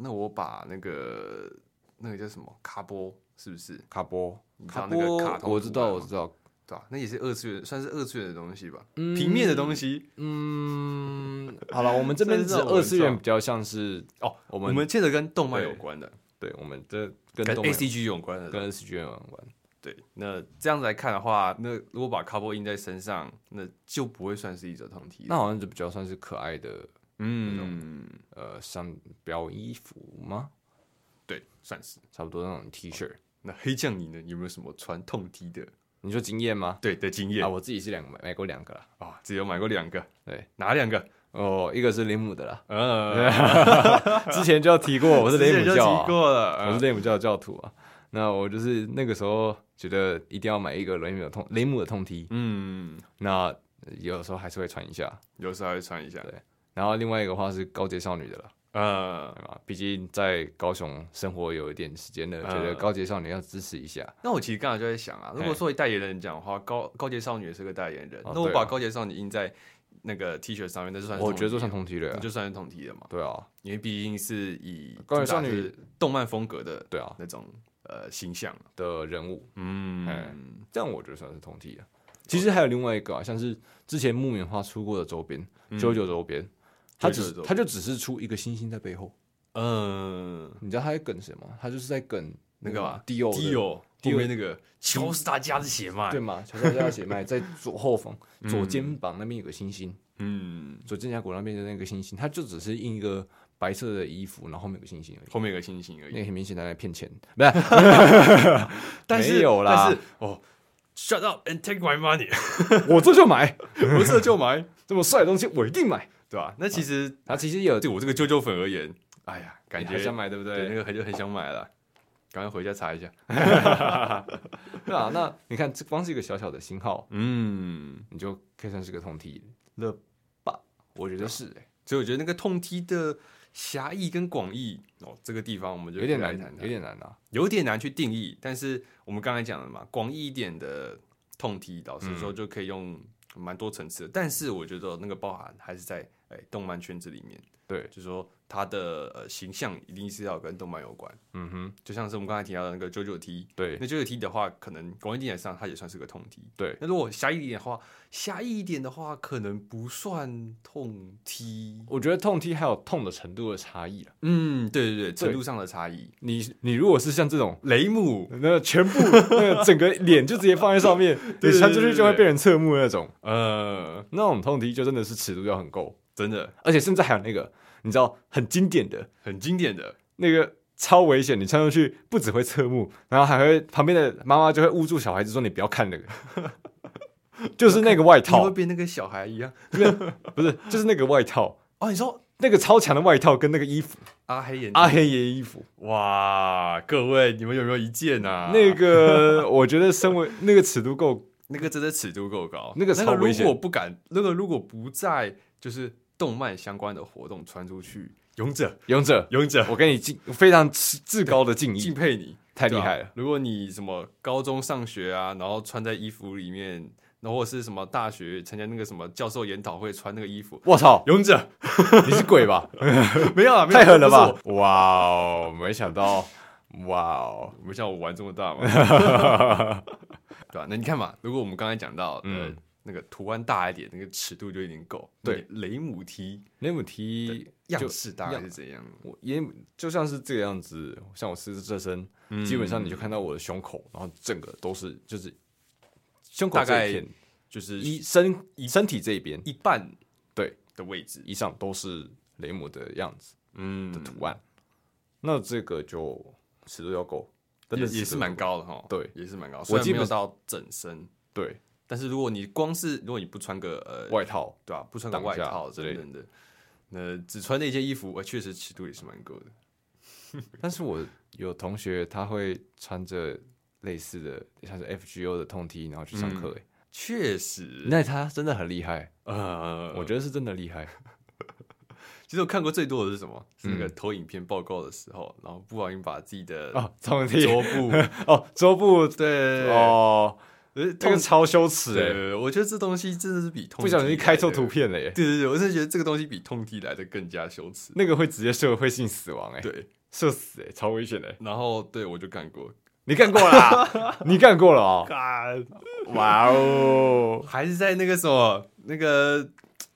Speaker 1: 那我把那个那个叫什么卡波，是不是？
Speaker 2: 卡波，
Speaker 1: 你知
Speaker 2: 卡
Speaker 1: 道那个
Speaker 2: 波
Speaker 1: 卡，通
Speaker 2: 我知
Speaker 1: 图案
Speaker 2: 道，
Speaker 1: 吗
Speaker 2: 我知道，
Speaker 1: 对啊吧、那也是二次元，算是二次元的东西吧，
Speaker 2: 嗯
Speaker 1: 平面的东西。
Speaker 2: 嗯，好了，我们这边
Speaker 1: 这是
Speaker 2: 指
Speaker 1: 这种
Speaker 2: 二次
Speaker 1: 文
Speaker 2: 元
Speaker 1: 创
Speaker 2: 比较像是
Speaker 1: 哦，我
Speaker 2: 我们
Speaker 1: 们接着跟动漫
Speaker 2: 对
Speaker 1: 有关的，
Speaker 2: 对我们这跟
Speaker 1: 跟
Speaker 2: 动漫
Speaker 1: A C G 有关的。
Speaker 2: 跟二次元有关，
Speaker 1: 对，那这样子来看的话，那如果把卡波印在身上，那就不会算是一则痛踢
Speaker 2: 那
Speaker 1: 了。
Speaker 2: 好像就比较算是可爱的
Speaker 1: 嗯，
Speaker 2: 呃商标衣服吗？
Speaker 1: 对，算是。
Speaker 2: 差不多那种 T 恤，
Speaker 1: 那黑酱你呢？有没有什么穿痛踢的
Speaker 2: 你说惊艳吗？
Speaker 1: 对的经验
Speaker 2: 啊，
Speaker 1: 啊？
Speaker 2: 我自己是两买买过两个啦。
Speaker 1: 只有买过两个，
Speaker 2: 对，
Speaker 1: 哪两个？
Speaker 2: 哦，一个是林姆的 啦，
Speaker 1: 呃，
Speaker 2: 之前就 要提过，我是
Speaker 1: 之
Speaker 2: 雷
Speaker 1: 前
Speaker 2: 姆
Speaker 1: 就
Speaker 2: 教、
Speaker 1: 提
Speaker 2: 啊，
Speaker 1: 过了，
Speaker 2: 我是雷姆教的教徒啊。那我就是那个时候觉得一定要买一个雷姆的痛雷姆的痛 T，
Speaker 1: 嗯，
Speaker 2: 那有时候还是会穿一下。
Speaker 1: 有时候还会穿一下
Speaker 2: 对。然后另外一个话是高阶少女的了，
Speaker 1: 呃，
Speaker 2: 对吧？毕竟在高雄生活有一点时间了，
Speaker 1: 嗯
Speaker 2: 觉得高阶少女要支持一下。
Speaker 1: 那我其实刚才就在想啊，如果说以代言人讲的话，高高阶少女也是个代言人，
Speaker 2: 哦
Speaker 1: 那我
Speaker 2: 对啊
Speaker 1: 把高阶少女印在那个 T 恤上面，那就算是
Speaker 2: 我觉得
Speaker 1: 啊同
Speaker 2: 这
Speaker 1: 体了
Speaker 2: 算同体了
Speaker 1: 那
Speaker 2: 啊，
Speaker 1: 就算是同体了嘛，
Speaker 2: 对啊，
Speaker 1: 因为毕竟是以
Speaker 2: 高
Speaker 1: 主打
Speaker 2: 阶少女
Speaker 1: 是动漫风格的
Speaker 2: 对啊
Speaker 1: 那种呃形象，
Speaker 2: 的人物，哎
Speaker 1: 嗯，
Speaker 2: 这样我觉得算是同体了。其实还有另外一个啊，像是之前木棉花出过的周边，九九周边，它
Speaker 1: 九九
Speaker 2: 只
Speaker 1: 嗯周边
Speaker 2: 它就只是出一个星星在背后，
Speaker 1: 嗯，
Speaker 2: 你知道他在梗什么？他就是在梗
Speaker 1: 那个嘛
Speaker 2: 迪欧
Speaker 1: 迪欧后面那个乔斯大家的血脉
Speaker 2: 对，嘛？乔乔家的血脉在左后方、 左肩膀那边有个星星，
Speaker 1: 嗯，
Speaker 2: 左肩胛骨那边的那个星星，它就只是印一个白色的衣服，然后后面有个星星而已。
Speaker 1: 后面有个星星而已
Speaker 2: 那。个很明显他在骗钱，不是？
Speaker 1: 但是
Speaker 2: 没有啦
Speaker 1: 但是哦，shut up and take my money，
Speaker 2: 我这就买，
Speaker 1: 不是就买，
Speaker 2: 这么帅的东西我一定买。
Speaker 1: 对吧、那其实
Speaker 2: 他其实也有
Speaker 1: 对我这个啾啾粉而言，哎呀，感觉
Speaker 2: 还想买，对不
Speaker 1: 对
Speaker 2: 对
Speaker 1: 那？个很就很想买了，赶快回家查一下。
Speaker 2: 对啊，那你看，这光是一个小小的星号，
Speaker 1: 嗯，
Speaker 2: 你就可以算是个同体了吧？我觉得是、欸，
Speaker 1: 所以我觉得那个痛踢的狭义跟广义哦，这个地方我们就
Speaker 2: 有点
Speaker 1: 可以
Speaker 2: 难
Speaker 1: 来谈，谈
Speaker 2: 有点难啊。
Speaker 1: 有点难去定义。但是我们刚才讲的嘛，广义一点的痛踢，老实说就可以用蛮多层次的，但是我觉得那个包含还是在哎、动漫圈子里面，
Speaker 2: 对，
Speaker 1: 就说他的呃形象一定是要跟动漫有关，
Speaker 2: 嗯哼，
Speaker 1: 就像是我们刚才提到的那个九九 T，
Speaker 2: 对
Speaker 1: 那九九 T 的话，可能广义点上它也算是个痛踢。
Speaker 2: 对
Speaker 1: 那如果狭义一点的话，狭义一点的话，可能不算痛踢。
Speaker 2: 我觉得痛踢还有痛的程度的差异了。
Speaker 1: 嗯，对对对，程度上的差异。
Speaker 2: 你你如果是像这种，
Speaker 1: 雷姆，
Speaker 2: 那 全部那个整个脸就直接放在上面，
Speaker 1: 对 对
Speaker 2: 你穿出去就会被人侧目那种，
Speaker 1: 呃，
Speaker 2: 那种痛踢就真的是尺度要很够，
Speaker 1: 真的
Speaker 2: 而且甚至还有那个你知道很经典的
Speaker 1: 很经典的，
Speaker 2: 那个超危险，你穿出去不只会侧目，然后还会旁边的妈妈就会捂住小孩子说你不要看那个， 就是那个外
Speaker 1: 你会
Speaker 2: 套，
Speaker 1: 变那个小孩一样。
Speaker 2: 不是就是那个外套，
Speaker 1: 哦，你说
Speaker 2: 那个超强的外套跟那个衣服，
Speaker 1: 阿黑眼
Speaker 2: 阿黑爷衣服，
Speaker 1: 哇，各位你们有没有一件啊？
Speaker 2: 那个我觉得身为那个尺度够，
Speaker 1: 那个真的尺度够高，
Speaker 2: 那个超危险
Speaker 1: 如果不敢，那个如果不在就是动漫相关的活动传出去，勇者，
Speaker 2: 勇 者，
Speaker 1: 勇者，
Speaker 2: 我跟你敬非常至高的敬意
Speaker 1: 敬，佩你，
Speaker 2: 太
Speaker 1: 对
Speaker 2: 厉
Speaker 1: 吧
Speaker 2: 害了，
Speaker 1: 如果你什么高中上学啊，然后穿在衣服里面，然后或是什么大学参加那个什么教授研讨会穿那个衣服，
Speaker 2: 我操，
Speaker 1: 勇者
Speaker 2: 你是鬼 吧？
Speaker 1: 没有啊，没有
Speaker 2: 太狠了
Speaker 1: 不
Speaker 2: 吧
Speaker 1: 是！
Speaker 2: 哇哦，没想到，哇哦，
Speaker 1: 我！没像我玩这么大嘛， 对啊吧、那你看嘛，如果我们刚才讲到，嗯
Speaker 2: 嗯，
Speaker 1: 那个图案大一点，那个尺度就有点够。
Speaker 2: 对，
Speaker 1: 雷姆踢
Speaker 2: 雷姆提
Speaker 1: 样
Speaker 2: 就
Speaker 1: 式大概是怎样？
Speaker 2: 我也就像是这个样子，像我狮子这身，基本上你就看到我的胸口，然后整个都是就是胸口
Speaker 1: 大概
Speaker 2: 这一片，
Speaker 1: 就是一
Speaker 2: 一身身体这一边
Speaker 1: 一半
Speaker 2: 对
Speaker 1: 的位置。
Speaker 2: 以上都是雷姆的样子
Speaker 1: 嗯
Speaker 2: 的，图案，那这个就尺度要够，真
Speaker 1: 也
Speaker 2: 的尺度
Speaker 1: 也是蛮高的哈。
Speaker 2: 对，
Speaker 1: 也是蛮高。虽然
Speaker 2: 基
Speaker 1: 没
Speaker 2: 本
Speaker 1: 有到整身，
Speaker 2: 对
Speaker 1: 但是如果你光是如果你不穿个呃
Speaker 2: 外套，
Speaker 1: 对吧、不穿个
Speaker 2: 挡
Speaker 1: 外
Speaker 2: 下
Speaker 1: 套
Speaker 2: 之
Speaker 1: 等
Speaker 2: 类
Speaker 1: 等的，那只穿那件衣服，呃，确实尺度也是蛮够的。
Speaker 2: 但是我有同学他会穿着类似的像是 FGO 的痛 T，然后去上课、欸，
Speaker 1: 确实，
Speaker 2: 那他真的很厉害，
Speaker 1: 呃，
Speaker 2: 我觉得是真的厉害。
Speaker 1: 其实我看过最多的是什么？是那个
Speaker 2: 嗯
Speaker 1: 投影片报告的时候，然后不小心把自己的
Speaker 2: 哦，痛 T
Speaker 1: 桌布，
Speaker 2: 哦，桌布
Speaker 1: 对，
Speaker 2: 哦，
Speaker 1: 呃，
Speaker 2: 这个超羞耻哎、
Speaker 1: 对，我觉得这东西真的是比痛
Speaker 2: 不小
Speaker 1: 踢
Speaker 2: 心开
Speaker 1: 来
Speaker 2: 错
Speaker 1: 的
Speaker 2: 图。片了欸耶、
Speaker 1: 对对对，我真的觉得这个东西比痛踢来的更加羞耻。
Speaker 2: 那个会直接社会性死亡哎、
Speaker 1: 对，
Speaker 2: 社死哎、超危险的、
Speaker 1: 然后对我就干过，
Speaker 2: 你干过 啦，你干过了哦，
Speaker 1: 干，
Speaker 2: 哇哦，
Speaker 1: 还是在那个什么那个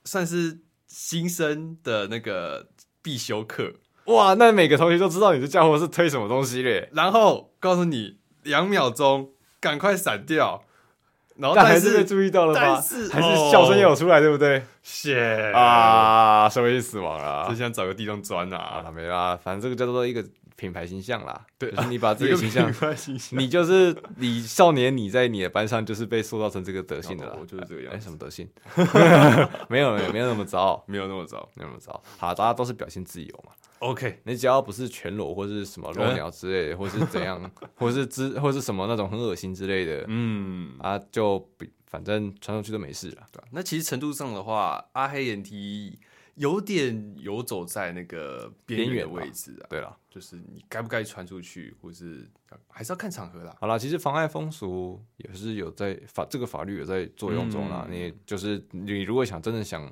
Speaker 1: 算是新生的那个必修课，
Speaker 2: 哇，那每个同学都知道你这家伙是推什么东西嘞，
Speaker 1: 然后告诉你两秒钟，赶快闪掉，然后
Speaker 2: 但还
Speaker 1: 哦但
Speaker 2: 是被
Speaker 1: 是
Speaker 2: 注意到了吧？
Speaker 1: 但是哦
Speaker 2: 还是笑声也有出来，对不对？
Speaker 1: 血，
Speaker 2: 啊，社会性死亡了
Speaker 1: 只。想找个地方钻
Speaker 2: 啊，
Speaker 1: 啊！
Speaker 2: 没啦，反正这个叫做一个品牌形象啦。
Speaker 1: 对
Speaker 2: 就是你把自己
Speaker 1: 这
Speaker 2: 的
Speaker 1: 个
Speaker 2: 形象
Speaker 1: 没，关系，
Speaker 2: 你就是你少年，你在你的班上就是被塑造成这个德性的啦。
Speaker 1: 哦我就是这个
Speaker 2: 哎，
Speaker 1: 样子，
Speaker 2: 什么德性？ 没有，没有，没有那么糟，
Speaker 1: 没有那么糟。
Speaker 2: 没有那么糟。好，大家都是表现自由嘛。
Speaker 1: OK，
Speaker 2: 你只要不是全裸或是什么
Speaker 1: 嗯
Speaker 2: 露鸟之类的，或是怎样，或是之或是什么那种很恶心之类的
Speaker 1: 嗯，
Speaker 2: 啊，就比反正传出去都没事了。
Speaker 1: 对啊那其实程度上的话，阿黑眼题有点游走在那个边缘的位置啊，
Speaker 2: 对了，
Speaker 1: 就是你该不该传出去，或是还是要看场合啦。
Speaker 2: 好了，其实妨碍风俗也是有在法这个法律有在作用中啦。
Speaker 1: 嗯
Speaker 2: 你就是你如果想真的想，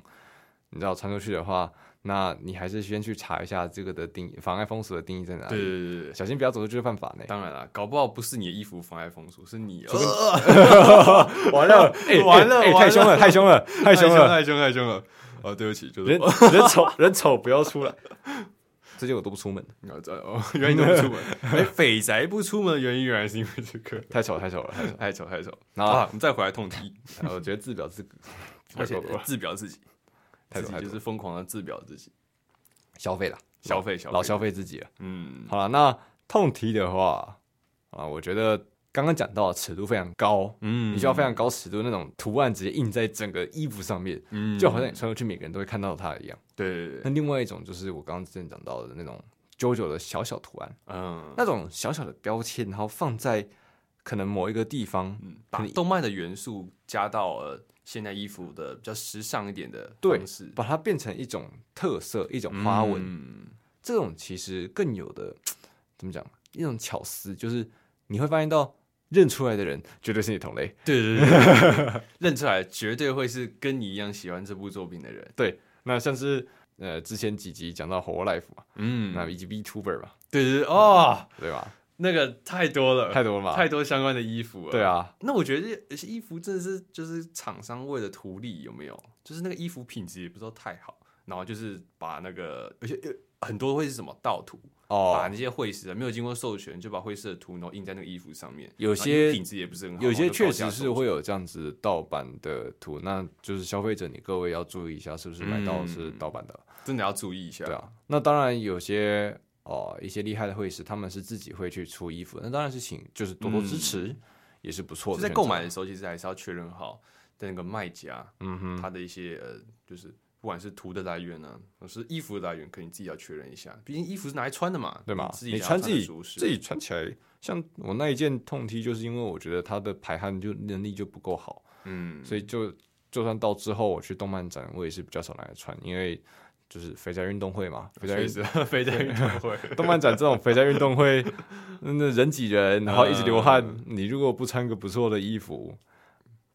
Speaker 2: 你知道传出去的话，那你还是先去查一下这个的定义，妨碍风俗的定义在哪
Speaker 1: 对
Speaker 2: 里。
Speaker 1: 对对对对，
Speaker 2: 小心不要走出去犯法呢。
Speaker 1: 当然啦，搞不好不是你的衣服妨碍风俗，是你
Speaker 2: 除非
Speaker 1: 呃
Speaker 2: 完了， 哎、
Speaker 1: 完了
Speaker 2: 哎哎
Speaker 1: 完了
Speaker 2: 太凶了，太凶 了，太凶了，
Speaker 1: 太凶太凶了！哦，对不起，就是
Speaker 2: 人 人丑人丑不要出来。 最近我都不出门，
Speaker 1: 哦这哦， 原来你都不出 门。哎，匪宅不出门的原因原来是因为这个，
Speaker 2: 太丑太丑了，太丑。
Speaker 1: 太丑太丑。
Speaker 2: 然
Speaker 1: 好
Speaker 2: 后、
Speaker 1: 啊，我们再回来痛哎踢，
Speaker 2: 我觉得自表自
Speaker 1: 而且
Speaker 2: 太丑了
Speaker 1: 自表自己，
Speaker 2: 太丑
Speaker 1: 自己
Speaker 2: 太
Speaker 1: 就
Speaker 2: 丑
Speaker 1: 是疯狂的自表自己，
Speaker 2: 消费了，
Speaker 1: 消费消
Speaker 2: 老
Speaker 1: 费，
Speaker 2: 消费自己了。
Speaker 1: 嗯，
Speaker 2: 好了，那痛题的话啊，我觉得刚刚讲到尺度非常高，
Speaker 1: 嗯
Speaker 2: 你啊需要非常高尺度那种图案直接印在整个衣服上面，
Speaker 1: 嗯
Speaker 2: 就好像你穿出去每个人都会看到它一样。
Speaker 1: 对对对，
Speaker 2: 那另外一种就是我刚刚之前讲到的那种 JoJo 的小小图案，
Speaker 1: 嗯，
Speaker 2: 那种小小的标签，然后放在可能某一个地方，
Speaker 1: 把动漫的元素加到呃现代衣服的比较时尚一点的
Speaker 2: 对
Speaker 1: 方式，
Speaker 2: 把它变成一种特色、一种花纹。
Speaker 1: 嗯
Speaker 2: 这种其实更有的怎么讲，一种巧思，就是你会发现到认出来的人绝对是你同类。
Speaker 1: 对对对对，对认出来绝对会是跟你一样喜欢这部作品的人，
Speaker 2: 对，那像是呃之前几集讲到 Whole Life 嘛，
Speaker 1: 嗯，
Speaker 2: 那以及 VTuber 嘛，
Speaker 1: 对对对，哦，
Speaker 2: 对吧？
Speaker 1: 那个太多了，
Speaker 2: 太多了嘛，
Speaker 1: 呃太多相关的衣服了。
Speaker 2: 对，啊，
Speaker 1: 那我觉得这些衣服真的是就是厂商为了图利有没有？就是那个衣服品质也不知道太好，然后就是把那个，而且呃很多会是什么盗图，把
Speaker 2: 哦，
Speaker 1: 那些绘师啊没有经过授权就把绘师的图然后印在那个衣服上面，
Speaker 2: 有些
Speaker 1: 然后品质也不是很好，
Speaker 2: 有些
Speaker 1: 然后就
Speaker 2: 确
Speaker 1: 报价
Speaker 2: 实是
Speaker 1: 收
Speaker 2: 会有这样子盗版的图，那就是消费者你各位要注意一下，是不是买到的是
Speaker 1: 嗯
Speaker 2: 盗版的？
Speaker 1: 真的要注意一下。
Speaker 2: 对啊，那当然有些哦，一些厉害的会师他们是自己会去出衣服，那当然是请就是多多支持，也是不错
Speaker 1: 就嗯
Speaker 2: 的。
Speaker 1: 在购买的，时候，其实还是要确认好那个卖家
Speaker 2: 嗯哼，
Speaker 1: 他的一些呃，就是不管是图的来源呢、或是衣服的来源，可能你自己要确认一下，毕竟衣服是拿来穿的嘛，
Speaker 2: 对吗？
Speaker 1: 自己
Speaker 2: 你
Speaker 1: 想要穿
Speaker 2: 穿自
Speaker 1: 得
Speaker 2: 己
Speaker 1: 舒适
Speaker 2: 自己穿起来，像我那一件痛 T，就是因为我觉得它的排汗就能力就不够好，
Speaker 1: 嗯，
Speaker 2: 所以就就算到之后我去动漫展，我也是比较少拿来穿，因为就是肥宅运动会嘛，肥宅
Speaker 1: 啊确
Speaker 2: 运
Speaker 1: 实 肥宅运动会，
Speaker 2: 动漫展这种肥宅运动会，那人挤人，然后一直流汗，你如果不穿个不错的衣服，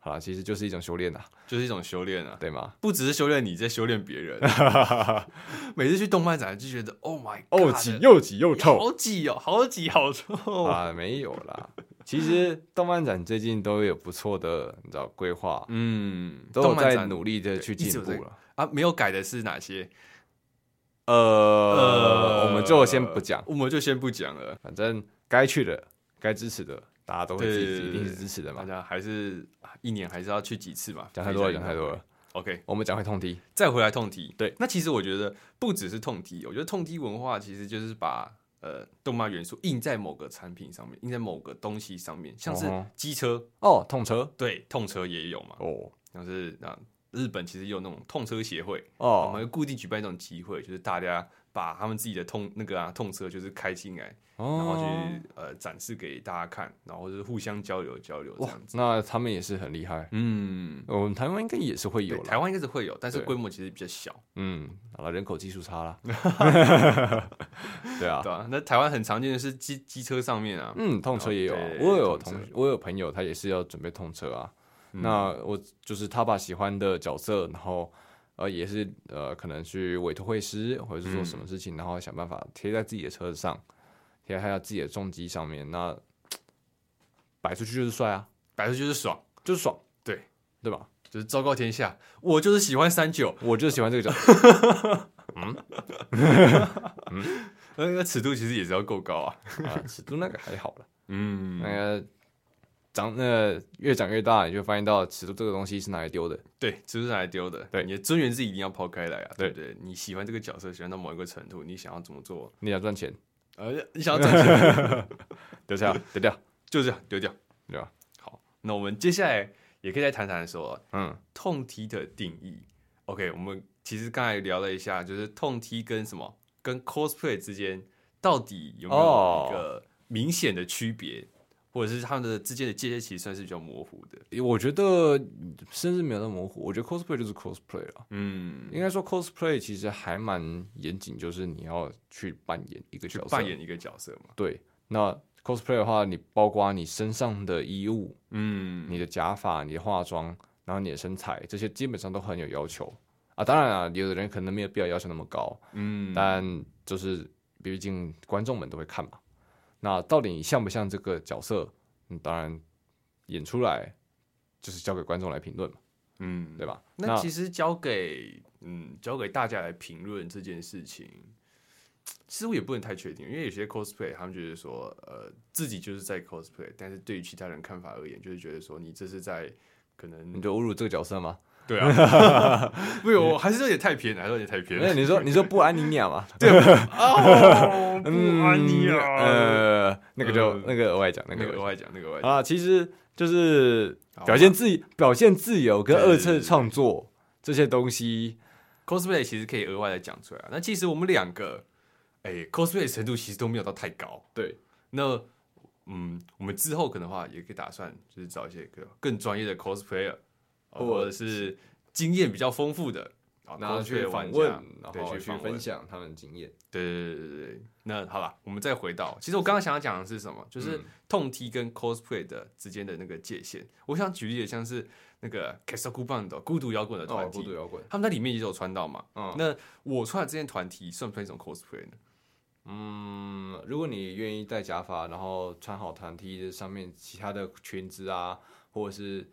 Speaker 2: 好啦，其实就是一种修炼呐、
Speaker 1: 就是一种修炼啊。
Speaker 2: 对吗？
Speaker 1: 不只是修炼你，在修炼别 人。每次去动漫展就觉得，Oh my，
Speaker 2: 哦，
Speaker 1: God，
Speaker 2: 挤又挤又臭
Speaker 1: 好挤哦，好挤，好臭。 哦
Speaker 2: 啊，没有啦。其实动漫展最近都有不错的，你知道规划，
Speaker 1: 嗯，
Speaker 2: 都
Speaker 1: 动
Speaker 2: 有
Speaker 1: 漫
Speaker 2: 在
Speaker 1: 展
Speaker 2: 努力的去
Speaker 1: 对一直
Speaker 2: 进
Speaker 1: 有
Speaker 2: 步
Speaker 1: 在
Speaker 2: 了。
Speaker 1: 啊，没有改的是哪些？
Speaker 2: 呃，
Speaker 1: 呃
Speaker 2: 我们就先不讲，
Speaker 1: 我们就先不讲了。
Speaker 2: 反正该去的、该支持的，大家都会
Speaker 1: 对
Speaker 2: 支
Speaker 1: 对
Speaker 2: 持，
Speaker 1: 对
Speaker 2: 一定
Speaker 1: 对
Speaker 2: 是支持的
Speaker 1: 大
Speaker 2: 嘛。
Speaker 1: 家还是啊一年还是要去几次吧。
Speaker 2: 讲太多了，讲太多了，。
Speaker 1: OK，
Speaker 2: 我们讲回痛 T。
Speaker 1: 再回来痛踢。
Speaker 2: 对，
Speaker 1: 那其实我觉得不只是痛踢，我觉得痛踢文化其实就是把呃动漫元素印在某个产品上面，印在某个东西上面，像是
Speaker 2: 嗯哼
Speaker 1: 机车，
Speaker 2: 哦，痛车
Speaker 1: 对，痛车也有嘛，
Speaker 2: 哦
Speaker 1: 像是那日本其实也有那种痛车协会，我们
Speaker 2: 哦
Speaker 1: 会固定举办一种集会，就是大家把他们自己的痛那个啊痛车就是开进来，然后去、
Speaker 2: 哦
Speaker 1: 呃展示给大家看，然后就是互相交流交流这
Speaker 2: 哇
Speaker 1: 样，子。
Speaker 2: 那他们也是很厉害。
Speaker 1: 嗯，
Speaker 2: 我们台湾应该也是会
Speaker 1: 对
Speaker 2: 有，
Speaker 1: 台
Speaker 2: 啦，
Speaker 1: 湾应该是会有，但是
Speaker 2: 对
Speaker 1: 规模其实比较小，
Speaker 2: 嗯，好了，人口基数 差啦，对啊，
Speaker 1: 对吧、那台湾很常见的是机机车上面啊，
Speaker 2: 嗯，痛车也有啊，
Speaker 1: 对
Speaker 2: 我有
Speaker 1: 痛
Speaker 2: 同
Speaker 1: 车
Speaker 2: 我有朋友他也是要准备痛车啊，
Speaker 1: 嗯
Speaker 2: 那我就是他把喜欢的角色，然后呃也是呃可能去委托会师或者是做什么事情，然后想办法贴在自己的车子上，贴在他自己的重机上面，那摆出去就是帅啊，
Speaker 1: 摆出去就是爽，
Speaker 2: 就是爽，
Speaker 1: 对
Speaker 2: 对吧？
Speaker 1: 就是昭告天下，我就是喜欢三九，
Speaker 2: 我就喜欢这个 角色。
Speaker 1: 那个尺度其实也是要够高啊。
Speaker 2: 啊，尺度那个还好了，
Speaker 1: 嗯
Speaker 2: 那个长那个越长越大，你就发现到尺度这个东西是拿来丢的。
Speaker 1: 对，只是拿来丢的。
Speaker 2: 对
Speaker 1: 你的尊严是一定要抛开来啊，对
Speaker 2: 对
Speaker 1: 不对？你喜欢这个角色，喜欢到某一个程度，你想要怎么做？
Speaker 2: 你想赚钱，
Speaker 1: 呃，你 想要赚钱，
Speaker 2: 丢掉，丢掉，
Speaker 1: 就这样丢掉。
Speaker 2: 对啊吧？
Speaker 1: 好，那我们接下来也可以再谈谈说
Speaker 2: 嗯，
Speaker 1: 痛踢的定义。OK，我们其实刚才聊了一下，就是痛踢跟什么跟 cosplay 之间到底有没有一个明显的区别，或者是他们的之间的界限其实算是比较模糊的。
Speaker 2: 我觉得甚至没有那么模糊。我觉得 cosplay 就是 cosplay 了。
Speaker 1: 嗯，
Speaker 2: 应该说 cosplay 其实还蛮严谨，就是你要去扮演一个
Speaker 1: 去
Speaker 2: 角色。
Speaker 1: 扮演一个角色嘛。
Speaker 2: 对，那 cosplay 的话，你包括你身上的衣物、
Speaker 1: 嗯
Speaker 2: 你的假发、你的化妆，然后你的身材，这些基本上都很有要求啊。当然啊，有的人可能没有必要要求那么高，
Speaker 1: 嗯，
Speaker 2: 但就是毕竟观众们都会看嘛。那到底你像不像这个角色？嗯，当然演出来就是交给观众来评论嘛，
Speaker 1: 嗯，
Speaker 2: 对吧？
Speaker 1: 那其实交给嗯交给大家来评论这件事情，似乎也不能太确定，因为有些 cosplay 他们觉得说，呃，自己就是在 cosplay，但是对于其他人看法而言，就是觉得说你这是在可
Speaker 2: 你
Speaker 1: 能
Speaker 2: 就侮辱这个角色吗？
Speaker 1: 对啊，不是，我还是有点太偏啊了，还是有点太偏
Speaker 2: 那
Speaker 1: 了。
Speaker 2: 你说你说不安妮亚嘛？
Speaker 1: 哦，不
Speaker 2: 嗯
Speaker 1: 安妮啊，
Speaker 2: 呃，那个就
Speaker 1: 呃
Speaker 2: 那个额外讲，那
Speaker 1: 那个额
Speaker 2: 个
Speaker 1: 外讲，那个额外讲，
Speaker 2: 啊，其实就是
Speaker 1: 好
Speaker 2: 表现自表现自由跟
Speaker 1: 对对
Speaker 2: 二
Speaker 1: 对
Speaker 2: 次
Speaker 1: 对
Speaker 2: 创作这些东西，
Speaker 1: cosplay 其实可以额外的讲出来啊。那其实我们两个，哎、c o s p l a y 程度其实都没有到太高。
Speaker 2: 对，
Speaker 1: 那嗯，我们之后可能的话也可以打算就是找一些个更专业的 cosplayer，呃
Speaker 2: 或
Speaker 1: 或者是经验比较丰富的，啊
Speaker 2: 然后
Speaker 1: cosplay
Speaker 2: 去
Speaker 1: 玩
Speaker 2: 访
Speaker 1: 家
Speaker 2: 问，然
Speaker 1: 对
Speaker 2: 后
Speaker 1: 去
Speaker 2: 去
Speaker 1: 访问
Speaker 2: 分。享他们的经验。
Speaker 1: 对对对对对。那好了，我们再回到，其实我刚刚想要讲的是什么？就是
Speaker 2: 嗯
Speaker 1: 痛踢跟 cosplay 的之间的那个界限。我想举例的像是那个 k a s o k u b a n d 孤独摇滚的团
Speaker 2: 哦，
Speaker 1: 体，
Speaker 2: 孤独摇滚，
Speaker 1: 他们在里面也有穿到嘛。
Speaker 2: 嗯
Speaker 1: 那我穿的这件团体算不算一种 cosplay 呢？
Speaker 2: 嗯，如果你愿意戴假发，然后穿好团体上面其他的裙子啊，或者是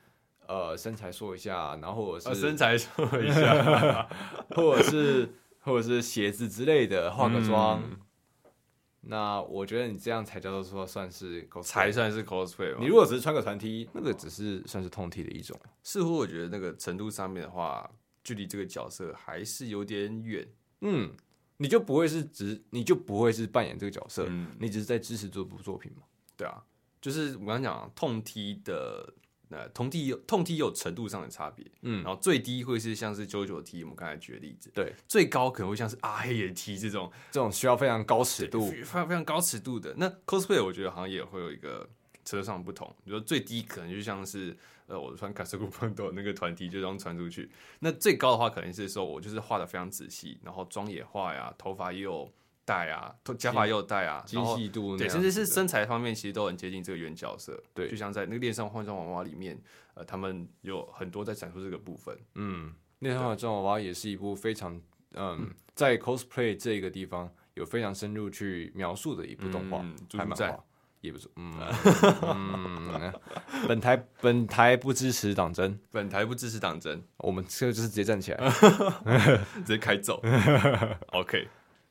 Speaker 2: 呃身材说一下，然后或者
Speaker 1: 呃，
Speaker 2: 是、
Speaker 1: 身材说一下，
Speaker 2: 或者是或者是鞋子之类的，化个妆。那我觉得你这样才叫做说算是 cosplay
Speaker 1: 才算是 cosplay 吧
Speaker 2: 你。如果只是穿个团 T，那个只是算是通 T 的一种。
Speaker 1: 似乎我觉得那个程度上面的话，距离这个角色还是有点远。
Speaker 2: 嗯，你就不会是只，你就不会是扮演这个角色，
Speaker 1: 嗯
Speaker 2: 你只是在支持这部作品嘛。
Speaker 1: 对啊，就是我刚刚讲痛踢的，呃，痛踢有痛踢有程度上的差别，
Speaker 2: 嗯
Speaker 1: 然后最低会是像是九九踢，我们刚才举的例子，
Speaker 2: 对，
Speaker 1: 最高可能会像是阿黑也踢这种
Speaker 2: 这种需要非常高尺度。
Speaker 1: 非常非常高尺度的。那 cosplay 我觉得好像也会有一个程度上的不同，比如说最低可能就像是呃，我穿卡斯库邦斗那个团体就这样穿出去，那最高的话可能是说我就是画的非常仔细，然后妆也画呀，头发也有戴啊，头假发也有戴啊，
Speaker 2: 精
Speaker 1: 然后
Speaker 2: 细度那
Speaker 1: 对，
Speaker 2: 样
Speaker 1: 甚至是
Speaker 2: 子的
Speaker 1: 身材方面，其实都很接近这个原角色。
Speaker 2: 对
Speaker 1: 就像在那个《恋上换装娃娃》里面，呃，他们有很多在展出这个部分。
Speaker 2: 嗯，《恋上的装娃娃》也是一部非常嗯，在 cosplay 这个地方有非常深入去描述的一部动画，
Speaker 1: 嗯猪
Speaker 2: 还
Speaker 1: 猪
Speaker 2: 蛮
Speaker 1: 战
Speaker 2: 好。也不错，嗯，嗯本台本台不支持党争，
Speaker 1: 本台不支持党争，
Speaker 2: 我们这个就是直接站起来。
Speaker 1: 直接开 走。OK，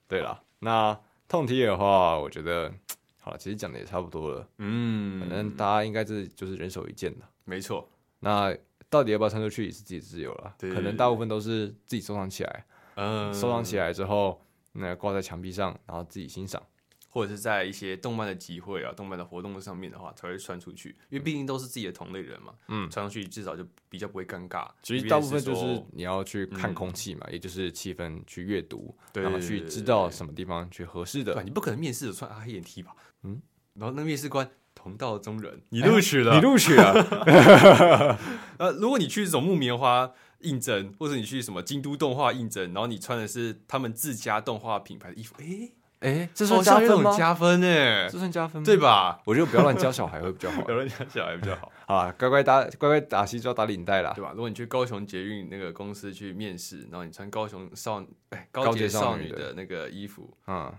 Speaker 2: 对了，那痛踢的话，我觉得好了，其实讲的也差不多了，反
Speaker 1: 嗯，
Speaker 2: 正大家应该是就是人手一件的。
Speaker 1: 没错，
Speaker 2: 那到底要不要穿出去也是自己自由了，
Speaker 1: 对
Speaker 2: 可能大部分都是自己收藏起来，
Speaker 1: 嗯，
Speaker 2: 收藏起来之后，那挂在墙壁上，然后自己欣赏。
Speaker 1: 或者是在一些动漫的集会啊、动漫的活动上面的话，才会穿出去，因为毕竟都是自己的同类人嘛。
Speaker 2: 嗯
Speaker 1: 穿上去至少就比较不会尴尬。即
Speaker 2: 其实
Speaker 1: 便
Speaker 2: 大部分就
Speaker 1: 说
Speaker 2: 是你要去看空气嘛，也就是气氛去阅读，
Speaker 1: 对
Speaker 2: 然后
Speaker 1: 对
Speaker 2: 去
Speaker 1: 对
Speaker 2: 知
Speaker 1: 对
Speaker 2: 道
Speaker 1: 对
Speaker 2: 什么地方去合适
Speaker 1: 对，
Speaker 2: 的。
Speaker 1: 你不可能面试的穿阿黑眼踢吧？
Speaker 2: 嗯，
Speaker 1: 然后那个面试官同道中人， 你
Speaker 2: 哎
Speaker 1: 录取了，
Speaker 2: 你录取 了，
Speaker 1: 呃，如果你去这种木棉花应征，或者你去什么京都动画应征，然后你穿的是他们自家动画品牌的衣服，诶，
Speaker 2: 哎，这
Speaker 1: 好
Speaker 2: 算加
Speaker 1: 像有
Speaker 2: 分
Speaker 1: 种
Speaker 2: 吗？
Speaker 1: 加分哎、
Speaker 2: 这算加分吗？
Speaker 1: 对，吧？
Speaker 2: 我觉得不要乱教小孩会比较好
Speaker 1: 有人讲起来比较好，
Speaker 2: 好啊，乖乖打乖乖打西装打领带啦。
Speaker 1: 对吧？如果你去高雄捷运那个公司去面试，然后你穿高雄少哎
Speaker 2: 高
Speaker 1: 高
Speaker 2: 阶
Speaker 1: 洁
Speaker 2: 少
Speaker 1: 少
Speaker 2: 女
Speaker 1: 女
Speaker 2: 的
Speaker 1: 的那个衣服，
Speaker 2: 嗯，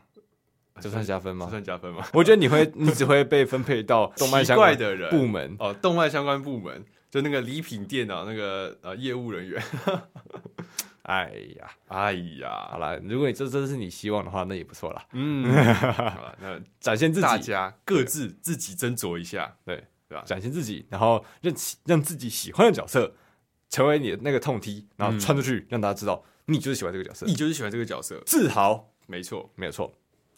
Speaker 2: 这算加分
Speaker 1: 这
Speaker 2: 吗？
Speaker 1: 算加分吗？
Speaker 2: 我觉得你会，你只会被分配到 动漫
Speaker 1: 奇
Speaker 2: 相
Speaker 1: 怪
Speaker 2: 关
Speaker 1: 的人
Speaker 2: 部门。
Speaker 1: 哦，动漫相关部门，就那个礼品店啊，那个呃业务人员。
Speaker 2: 哎呀，
Speaker 1: 哎
Speaker 2: 好
Speaker 1: 呀，
Speaker 2: 啦，如果你这真是你希望的话，那也不错啦，
Speaker 1: 嗯，好了，那
Speaker 2: 展现自
Speaker 1: 大
Speaker 2: 己，
Speaker 1: 家各自自己斟酌一下，
Speaker 2: 对
Speaker 1: 对吧
Speaker 2: 展现自己，然后让其让自己喜欢的角色成为你的那个痛踢，然后
Speaker 1: 嗯
Speaker 2: 穿出去，让大家知道你就是喜欢这个角色，
Speaker 1: 你就是喜欢这个角色，
Speaker 2: 自豪，
Speaker 1: 没错，
Speaker 2: 没有错。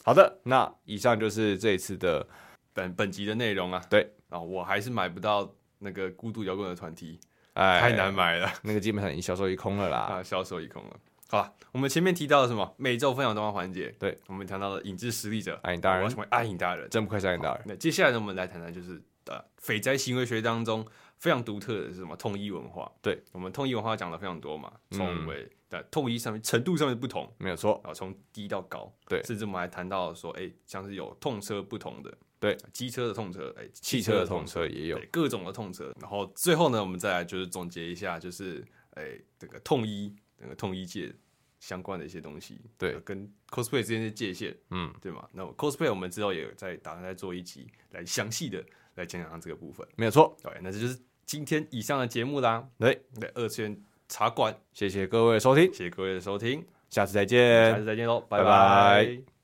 Speaker 2: 好的，那以上就是这一次的，
Speaker 1: 本本集的内容啊，
Speaker 2: 对
Speaker 1: 啊，我还是买不到那个孤独摇滚的团体，
Speaker 2: 哎，
Speaker 1: 太难，买了
Speaker 2: 那个基本上已经销售一空了啦。
Speaker 1: 啊，销售一空了。好了，我们前面提到了什么？每周分享动画环节，
Speaker 2: 对
Speaker 1: 我们谈到了影之实力者，
Speaker 2: 阿影大
Speaker 1: 我要
Speaker 2: 人
Speaker 1: 成，为暗影大人。
Speaker 2: 哎真不愧是阿影大人，
Speaker 1: 那接下来呢，我们来谈谈就是呃，匪灾行为学当中非常独特的是什么？统一文化。
Speaker 2: 对，
Speaker 1: 我们统一文化讲的非常多嘛，
Speaker 2: 嗯
Speaker 1: 从为的统一上面程度上面的不同，
Speaker 2: 没有错。
Speaker 1: 啊，从低到高，
Speaker 2: 对
Speaker 1: 甚至我们还谈到说，哎、像是有痛车不同的，呃
Speaker 2: 对，
Speaker 1: 机车的痛车，哎、
Speaker 2: 汽车的痛车也有
Speaker 1: 对，，各种的痛车。然后最后呢，我们再来就是总结一下，就是哎、这个痛医那个痛医界相关的一些东西，
Speaker 2: 对
Speaker 1: 呃跟 cosplay 之间的界限，
Speaker 2: 嗯，
Speaker 1: 对吗？那我 cosplay 我们之后也有在打算再做一集来详细的来讲讲这个部分。
Speaker 2: 没有错。
Speaker 1: 对，那这就是今天以上的节目啦。
Speaker 2: 对，
Speaker 1: 对，二次元茶馆，
Speaker 2: 谢谢各位收听，
Speaker 1: 谢谢各位的收听，
Speaker 2: 下次再
Speaker 1: 下
Speaker 2: 见
Speaker 1: 次。再见喽，
Speaker 2: 嗯拜
Speaker 1: 拜
Speaker 2: 拜
Speaker 1: 拜